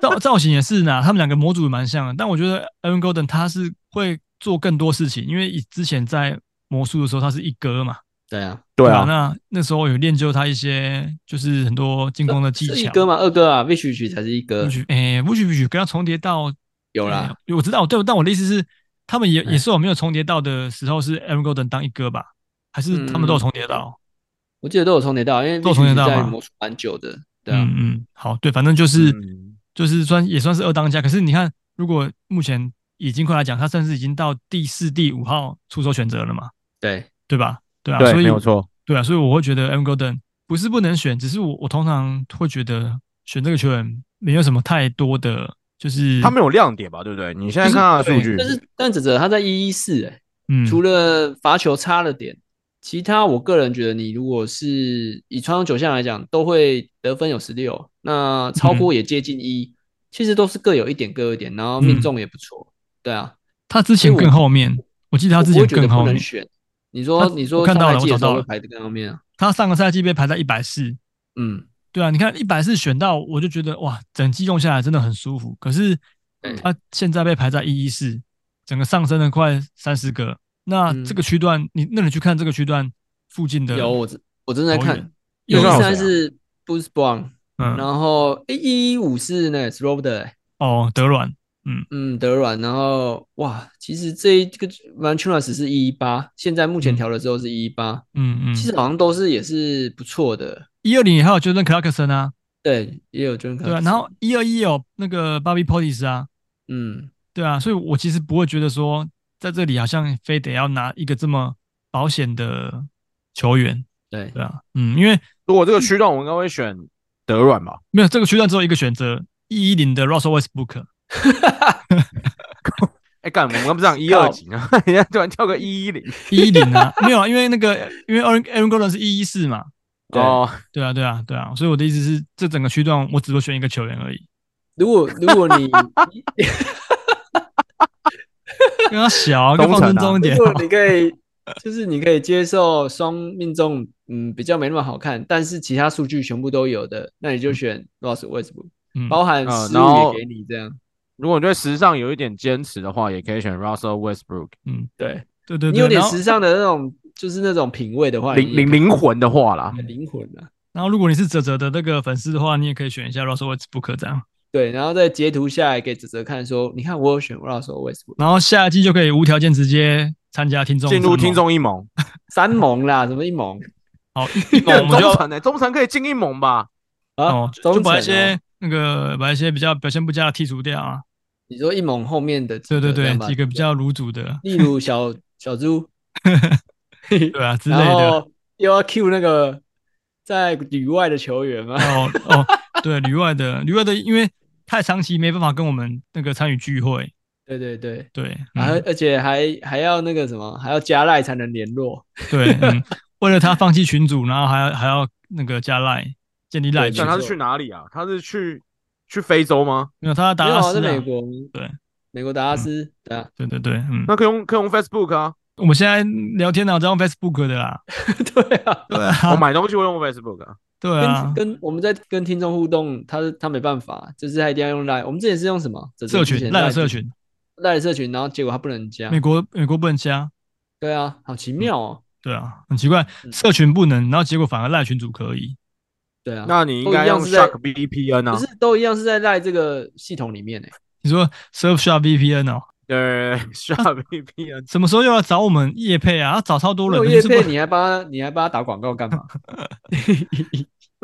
造造型也是呢，他们两个模组也蛮像的，但我觉得 Aaron Golden 他是会做更多事情，因为以之前在魔术的时候他是一哥嘛，对啊， 对嗯吧，那那时候有练就他一些就是很多进攻的技巧，是一哥嘛，二哥啊，Vich 才是一哥不，许，啊诶，不许不许，跟他重叠到有啦，诶我知道，对，但我的意思是，他们也嗯也是有没有重叠到的时候是 Aaron Golden 当一哥吧，还是他嗯们都有重叠到？我记得都有重叠到，因为都有重叠 Vich 到在吗魔术蛮久的，对啊，嗯嗯，好，对，反正就是、嗯就是算也算是二当家，可是你看，如果目前以金块来讲，他甚至已经到第四、第五号出手选择了嘛，对，对吧？对啊，对，所没以有错，对啊，所以我会觉得 M Golden 不是不能选，只是我我通常会觉得选这个球员没有什么太多的，就是他没有亮点吧，对不对？你现在嗯就是看他的数对据，但是但哲哲他在一一四，哎，嗯除了罚球差了点，其他我个人觉得，你如果是以传统九项来讲，都会得分有十六，那超嗯过也接近一、其实都是各有一点，各有一点，然后嗯命中也不错，对啊，他之前更后面，我记得他之我前不会觉得更不后能面，选。你他说，你我说看上到了赛我季的时找到候会了排在更后面啊，他上个赛季被排在一百四，嗯，对啊，你看一百四选到，我就觉得哇，整季用下来真的很舒服。可是对他现在被排在一一四，整个上升了快三十个。那嗯这个区段，你那你去看这个区段附近的有我真我真的在球员看，有一多少三谁啊是 b o o s Brown，嗯然后一五是那 s r o b e r 哦德软，嗯，德软，然后哇，其实这一这个 Van c h u n a s 是一一八，现在目前嗯调了之后是一一八，嗯嗯，其实好像都是也是不错的，一二零也还有 Jordan Clarkson 啊，对，也有 j o 对啊，然后一二一有那个 Bobby Portis 啊，嗯，对啊，所以我其实不会觉得说在这里好像非得要拿一个这么保险的球员，对，对啊，嗯，因为如果这个区段，我应该会选德软吧。没有这个区段只有一个选择，一一零的 Russell Westbrook。哎，干，我们刚不是讲一二级 啊？人家突然跳个一一零，一一零啊， 没有啊，因为那个因为 Aaron Aaron Gordon 是一一四嘛，对哦，对啊，对啊，对啊，所以我的意思是，这整个区段我只会选一个球员而已，如果如果 你因为他小、啊，跟东放城啊尊重一点 如好果你可以，就是你可以接受双命中，嗯，比较没那么好看，但是其他数据全部都有的，那你就选 Ross Westbrook，嗯，包含呃失然后误也给你这样，如果你对时尚有一点坚持的话，也可以选 Russell Westbrook。对对对你对，有点然后时尚的那种，就是那种品味的话，灵啊你也灵灵魂的话啦，灵魂啊。然后如果你是泽泽的那个粉丝的话，你也可以选一下 Russell Westbrook 这样，对，然后再截图下来给泽泽看，说你看我有选 Russell Westbrook 然后下一季就可以无条件直接参加听众进入听参谋，众一盟，三盟啦，什么一盟好，一一盟哦我们就 中诚呢？中诚可以进一盟吧？啊哦，，忠就把诚一些那个把一些比较表现不佳的剔除掉啊，你说一盟后面的几对对个这对样，吧几个比，较卤煮的，例如小小猪对啊 之类然的，后又要 Q 那个在旅外的球员嘛， 哦哦， 对，旅外的旅外的，因为太长期没办法跟我们那个参与聚会，对对对，对，然后嗯，而且还还要那个什么，还要加赖才能联络， 对，嗯，为了他放弃群主，然后还要还要那个加赖建立赖对群但没他错是去哪里啊？他是去去非洲吗？没有他要达没有拉啊斯在美啊，国，对，嗯美国达拉斯，对啊， 对对对，嗯，那可以用可以用 Facebook 啊。我们现在聊天啊呢，在用 Facebook 的啦，对啊，对啊，我买东西会用 Facebook 啊。对啊跟，跟我们在跟听众互动，他是他没办法，就是他一定要用赖。我们之前是用什么？这社群赖赖的社，群，赖社群，然后结果他不能加美。国美国不能加，对啊，好奇妙哦。对啊，很奇怪，嗯社群不能，然后结果反而赖群主可以，对啊，那你应该用都一样是在 Shark VPN 不啊。是都一样是在赖这个系统里面呢？欸你说 Surfshark VPN 哦，对，Shark VPN。什么时候又要找我们叶配啊？他找超多如人果的，叶就是不配，你还帮他，你还帮他打广告干嘛？ 因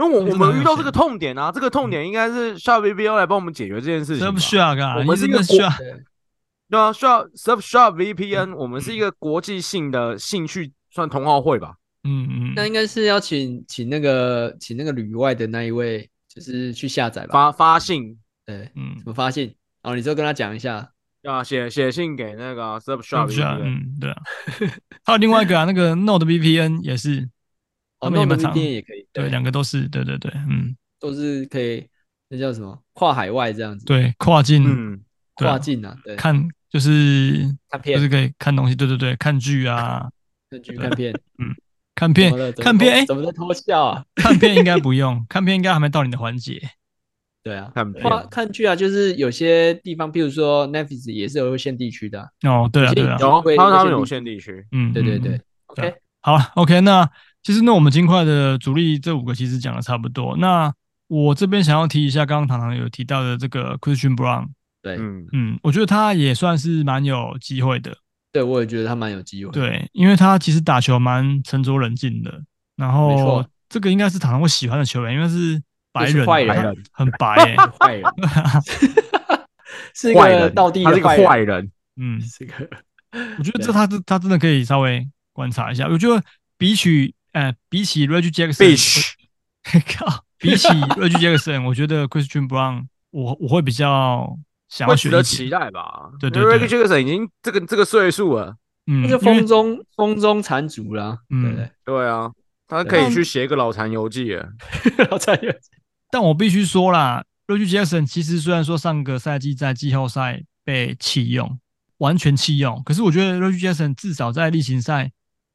为我真的我很们遇到有这个钱痛点啊，这个痛点应该是 Shark VPN 来帮我们解决这件事情吧。 Surfshark 啊，我你们是是一个跟国 Shark 对，对啊，Shark Surf Shark VPN，我们是一个国际性的兴趣算同好会吧。嗯那嗯，应该是要请请那个请那个旅外的那一位，就是去下载吧。发发信对，嗯怎么发信？然后你就跟他讲一下。啊，写写信给那个 Surf Shark ，Surfshark， VPN。嗯，对啊，还有另外一个啊，那个 Node VPN 也是，他哦，们那也我们蛮一常，定也可以。对，两个都是，对对对，嗯，都是可以，那叫什么跨海外这样子，对，跨境嗯，对啊跨境啊，对，看就是看就片 是可以看东西，对对对，看剧啊，看剧看片，看怎片么了？怎么看片偷 哎，怎么在偷笑啊？看片应该不用，看片应该还没到你的环节。对啊，看片哇，看剧啊，就是有些地方，譬如说 Netflix 也是有限地区的啊、哦，对了对了，有有，啊会他有他些们有地限地区，嗯，对对嗯对、嗯 o 对 k 啊好了，OK，那其实呢，我们金块的主力这五个其实讲的差不多。那我这边想要提一下，刚刚糖糖有提到的这个 Christian Brown，对、嗯，嗯，我觉得他也算是蛮有机会的，对，我也觉得他蛮有机会。，对，因为他其实打球蛮沉着冷静的，然没后错这个应该是糖糖会喜欢的球员，因为是白就是人，坏他人很白、欸，坏人，是一坏个人，道地的他是一个人，坏人，嗯， 是个我觉得对这他这他真的可以稍微观察一下。我觉得比起呃比起 Reggie Jackson， Bitch 我 靠，比起 Reggie Jackson，我觉得 Christian Brown 我我会比较想要会值选得一期些，待吧？对对因为对 Reggie Jackson 已经这个这个岁数了，嗯，因他是为风中风中残烛啦，嗯对 不对？对啊，他可对以去写一个老残游记了，老残有但我必须说啦，Reggie Jackson 其实虽然说上个赛季在季后赛被弃用，完全弃用，可是我觉得 Reggie Jackson 至少在例行赛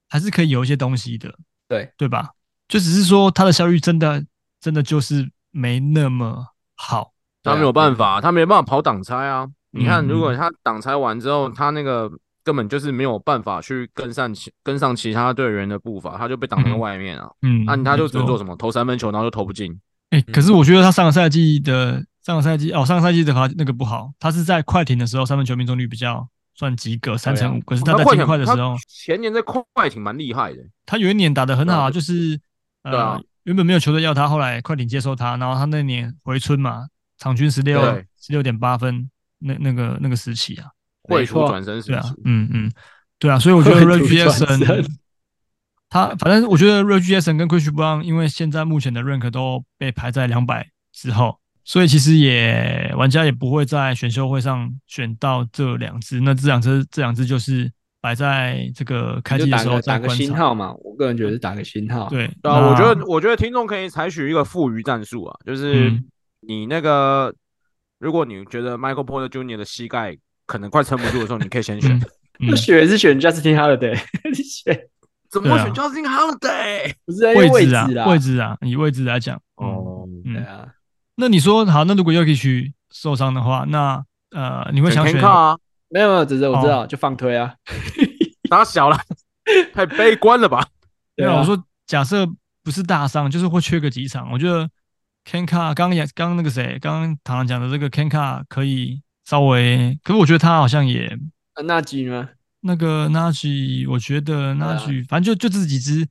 还是可以有一些东西的，对对吧？就只是说他的效率真的真的就是没那么好，他没有办法，他没办法跑挡拆啊。你看，嗯如果他挡拆完之后，他那个根本就是没有办法去跟上其跟上其他队员的步伐，他就被挡在嗯外面啊。嗯，那他就只能做么？什么？嗯投三分球，然后就投不进。哎、可是我觉得他上个赛季的上个赛季哦，上个赛季的话那个不好，他是在快艇的时候三分球命中率比较算及格，三成五，可是他在啊快金艇块的时他候。前年在快艇蛮厉害的，他有一年打得很好啊，对啊就是对呃啊原本没有球队要他，后来快艇接受他，然后他那年回春嘛，场均十六对十六点八分，那那个那个时期啊，会没出错转身时对啊期，，嗯嗯，对啊，所以我觉得会 Reggie 出转 Jackson 身他反正我觉得 Reggie Jackson 跟 Chris Brown 因为现在目前的 rank 都被排在两百之后。所以其实也玩家也不会在选秀会上选到这两支，那这两支这两支就是摆在这个开就机的打时候个再打个观星察。号嘛，我个人觉得是打个星号。，对，对啊，我那觉得我觉得听众可以采取一个富余战术啊，就是嗯你那个，如果你觉得 Michael Porter Jr. 的膝盖可能快撑不住的时候，你可以先选。嗯那选是选 Justin Holiday，你 选怎对么啊选 Justin Holiday？不是在位用置啊啦，，位置啊，以位置来讲，哦，哦，对嗯，啊，那你说好，那如果 y o k i 去受伤的话，那呃，你会想选看啊，没有没有，只是我知道哦就放推啊。打小了，太悲 观了吧？没对有？啊我说假设不是大伤，就是会缺个几场，我觉得 Kanka 刚也刚那个谁，刚刚唐唐讲的这个 Kanka 可以稍微，可是我觉得他好像也啊那吉吗？那个 Nagi，我觉啊得 Nagi，、反正就就这几支。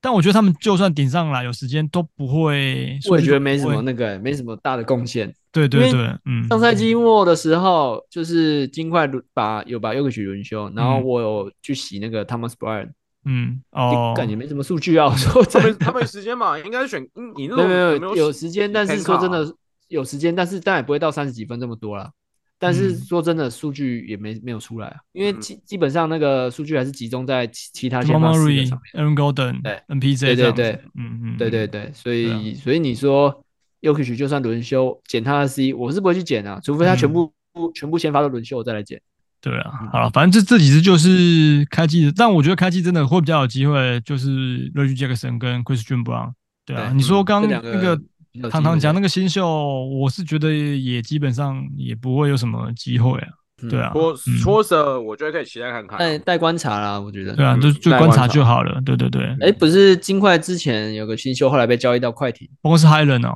但我觉得他们就算顶上来，有时间都不会。我也觉得没什数据都么不会。那个，没什么大的贡献。对对因为对，嗯。上赛季末的时候，就是金块轮把有把 y o k i 轮休，然后嗯我有去洗那个 Thomas Bryant，嗯就哦，感觉没什么数据啊。我说他真的们他们有时间嘛，应该选嗯你那没种有没有没有有时间，但是说真的有时间，但是但也不会到三十几分这么多啦。但是嗯说真的，数据也没没有出来啊，因为嗯基基本上那个数据还是集中在其其他 j a 先 m a 发四 r 个 y 上面。 Aaron Golden、对 NPJ 对对这样子对嗯嗯，对对嗯，对，所对啊以所以你说 y o k i 就算轮休捡他的 C，我是不会去捡啊，除非他全部嗯全部先发都轮休我再来捡。对嗯啊，好了，反正这这几支就是开机的，但我觉得开机真的会比较有机会，就是 Reggie Jackson 跟 Christian Brown。对啊，对嗯你说刚这那两个比较有机会糖糖讲的那个新秀，我是觉得也基本上也不会有什么机会啊。嗯对啊，戳嗯戳着，我觉得可以期待看看待啊。待观察啦，我觉得。对啊，嗯就就待观观察察就好了。对对对，哎，不是金块之前有个新秀，后来被交易到快艇， 不过是 Highland 哦，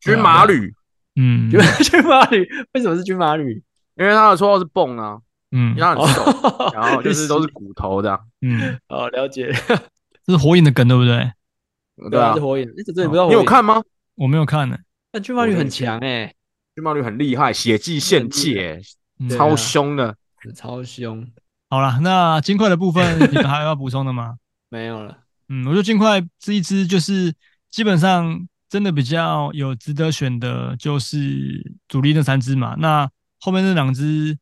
军马旅，嗯军军马旅为什么是军马旅？因为他的绰号是蹦啊，嗯因为他很瘦，然后就是都是哦是骨头 的啊，嗯，哦，了解，这是火影的梗对不对？对啊是。火影，你这真的不知道你火影有？看吗？我没有看呢、但军马旅很强哎，军马旅很厉害，血祭献祭欸，嗯对啊超凶的。超凶，好了，那金块的部分你们还有要补充的吗？没有了。嗯，我觉得金块这一支就是基本上真的比较有值得选的，就是主力那三支嘛。那后面那两支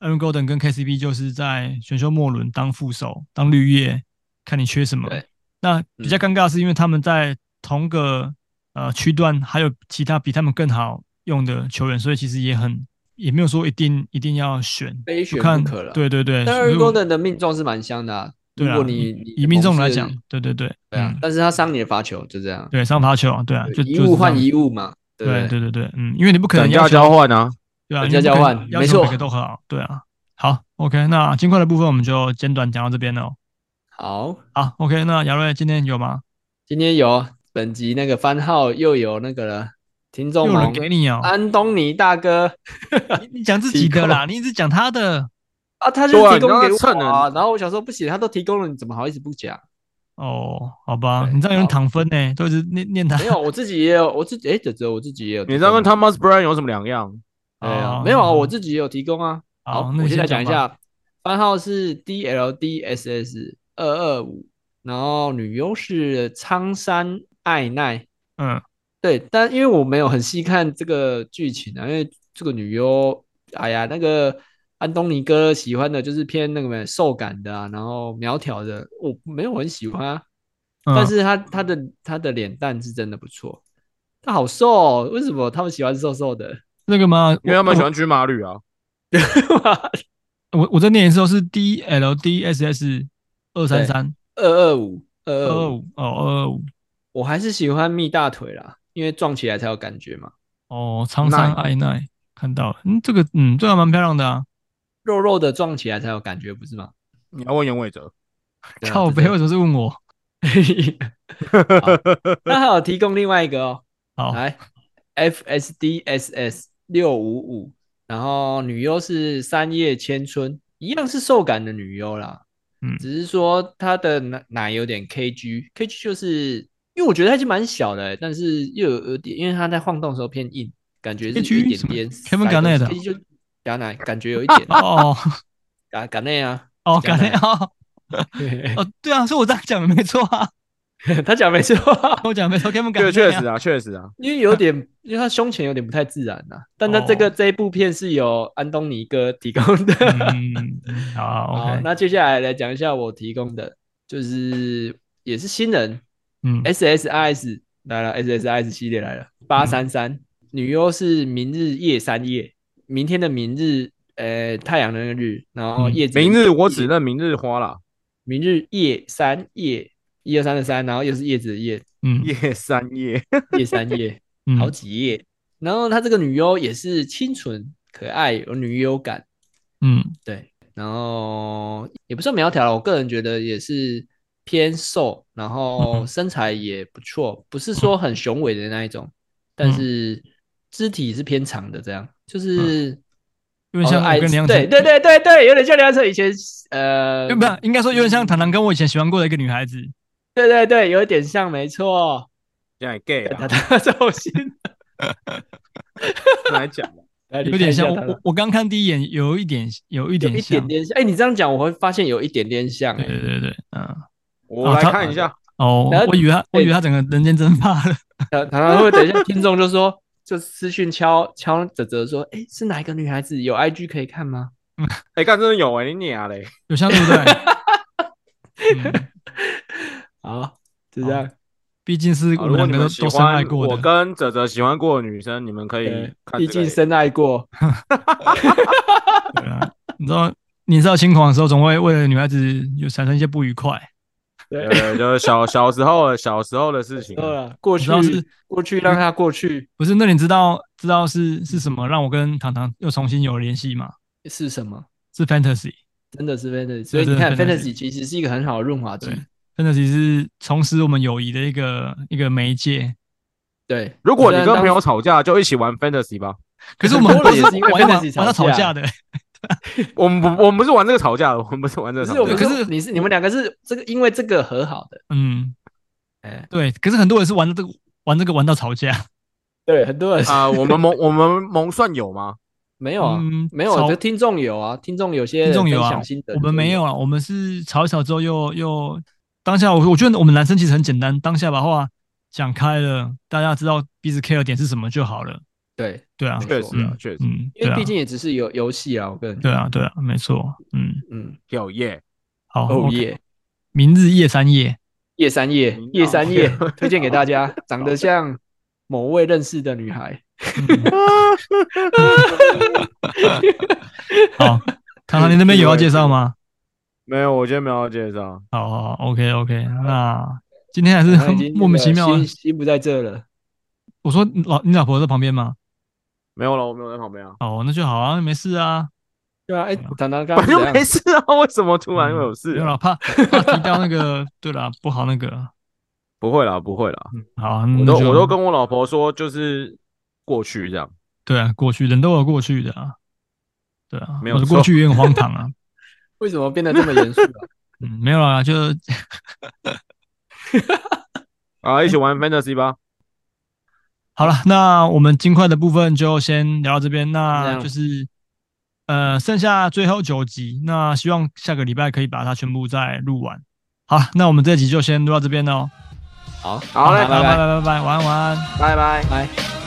Aaron Golden 跟 KCP 就是在选秀末轮当副手、当绿叶，看你缺什么对。嗯那比较尴尬是因为他们在同个呃区段还有其他比他们更好用的球员，所以其实也很也没有说一定一定要选，非就选看不可了对对对，但所以 Aaron 我 Golden 的命中是蛮香的啊，如对啊果，你以你以命中猛来是讲，对对对，对啊嗯，但是他伤你的罚球，就这样，对上罚球，对啊，就一就是物这换样一物嘛，对不对对对对对，嗯，因为你不可能等要价求交换啊，对啊，等因为价不交可能换要没求每错个都很好，对啊。好，OK，那金块的部分我们就简短讲到这边了。哦好，好，OK，那姚瑞今天有吗？今天有本集那个番号又有那个了，听又众有人盟给你哦，安东尼大哥你你讲自己的啦，你一直讲他的。啊，他就对啊提供你让他给蹭我啊，了然后我想说不行，他都提供了，你怎么好意思不讲？哦，好吧，对你这样有点好躺分呢，都一直念念他没。有，我自己也有，我自己哎，只只有我自己也有提供，你这样跟 Thomas Brown 有什么两样？哎呀哦没有啊，我自己也有提供啊。好，那我你现先在讲一吧。下，番号是 DLDSS 二二五，然后女优是苍山爱奈。嗯，对，但因为我没有很细看这个剧情啊，因为这个女优，哎呀，那个安东尼哥喜欢的就是偏那个瘦感的啊，然后苗条的，我没有很喜欢啊。但嗯是他他的他的脸蛋是真的不错，他好瘦哦，为什么他们喜欢瘦瘦的？ 那个嘛，因为他们喜欢军马旅啊。我我我在念的时候是 D L D S S 二三三二二五二二二二五，五哦二二五我还是喜欢蜜大腿啦，因为撞起来才有感觉嘛，哦苍山奈爱奈看到了，嗯，这个嗯这个还蛮漂亮的啊。肉肉的撞起来才有感觉，不是 吗？你要问严伟 哲，对啊靠就这背样为什么是问我？啊那还有提供另外一个哦，好，来 FSDSS 六五五，然后女优是三叶千春，一样是瘦感的女优啦，嗯只是说她的奶奶有点 KG，KG 就是因为我觉得她已经蛮小了欸、但是又有有点，因为她在晃动的时候偏硬，感觉是有 KG 一点什么 Kevin 点塞东西 Garnett 啊 KG 就假奶，感觉 有一点哦嘎嘎内啊， 哦，加感觉奈哦哦对啊，是我这样讲的没错啊， 他讲没错，我讲的没错，Kevin 感确觉确实啊，确实啊，因为有点，因为他胸前有点不太自然呐、但他这个、哦这一部片是由安东尼哥提供的。嗯，好好， ，OK，那接下来来讲一下我提供的，就是也是新人嗯哎 SSIS 来了，SSIS 系列来了，八三嗯三女优是明日夜三夜，明天的明日，呃，太阳的那个日，然后嗯夜子的明日我夜只认明日花啦，明日夜三夜，一二三的三，然后又是叶子的 叶，嗯夜三 夜，夜三夜。嗯，好几页。然后她这个女优也是清纯可爱，有女优感，嗯对。然后也不算苗条了，我个人觉得也是偏瘦，然后嗯身材也不错，不是说很雄伟的那一种，嗯但是肢体是偏长的，这样就是有点像哦爱我跟梁对晨，对对对对，有点像梁晨以前呃，对，不是应该说有点像唐唐跟我以前喜欢过的一个女孩 子，对对对，有一点像，没错。现在 gay 他 啊，他走心，来 讲啊，有点像我他我我刚看第一眼有一点有一有点一像点，点像。哎、你这样讲，我会发现有一点点像、对哎，对对，嗯。我啊来他看一下，哦然，后我以为他，我以为对他整个人间蒸发了。常常常会等一下听众就说，就私讯敲敲泽泽说，哎、是哪一个女孩子？有 IG 可以看吗？哎，干真的有哎，你娘嘞，有像对不 对？嗯好，就这哦样。毕竟是好我如们果两你个都们喜都深爱欢过我的，跟哲哲喜欢过的女生，你们可以对看毕这个竟深爱过，对啊你知道年少轻狂的时候，总会为了女孩子有产生一些不愉快。对，对，就是小小时候的小时候的 事情啊，够了，过你去知道是过去，让它过去不是？那你知道知道是是什么让我跟糖糖又重新有了联系吗？是什么？是 fantasy，fantasy 真的是 fantasy，所以你真的看 fantasy fantasy 其实是一个很好的润滑剂。是重拾我们友谊的一个一个媒介。对，如果虽你然跟当朋友吵架，就一起玩 fantasy 吧。可是我们很多人也是因为玩一玩 fantasy 玩到吵吵架架的，我们不，我们不是玩这个吵架的，我们不是玩这不个是我吵们架对可的。说，是你是你们两个是这个，因为这个和好的，嗯，哎，对。可是很多人是玩这个玩这个玩到吵架，对，很多人啊、我们蒙我 们蒙算有 吗？没有啊嗯，没有啊，吵这听众有啊，听众有些听众人有分啊享心，得我们没就有啊，我们是吵一吵之后又又当下我我觉得我们男生其实很简单，当下把话讲开了，大家知道彼此 care 点是什么就好了。对，对啊没，确错实啊嗯，确实。嗯，因对为啊毕，竟也只是游游戏啊，我个人觉对得，啊，对啊，没错，嗯，嗯，有耶，好，哦 OK 耶，明日夜三夜，叶三叶明，叶道三叶叶，推荐给大家，长得像某位认识的女孩，嗯好，唐唐，你那边有要介绍吗？没有，我今天没有要介绍。好好，OK OK，那今天还是他很已经 莫名其妙那啊个。心心不在这了。我说老你老婆在旁边吗？没有了，我没有在旁边 啊，哦，那就好啊，没事啊，对啊，哎，唐唐刚反刚正怎样没事啊，为什么突然会有事嗯没有啊？啦，怕怕提到那个，对啦，不好那个，不会啦，不会啦，嗯，好，我我都我都跟我老婆说，就是过去这样。对啊，过去人都有过去的啊，对啊，没有我的错过去也很荒唐啊，为什么变得这么严肃啊？嗯，没有啦，就啊，一起 玩 Fantasy 吧。好了，那我们金块的部分就先聊到这边，这那样就是呃，剩下最后九集，那希望下个礼拜可以把它全部再录完。好，那我们这集就先录到这边喽。好，好嘞拜拜拜拜拜拜拜，晚安晚安。拜拜。拜。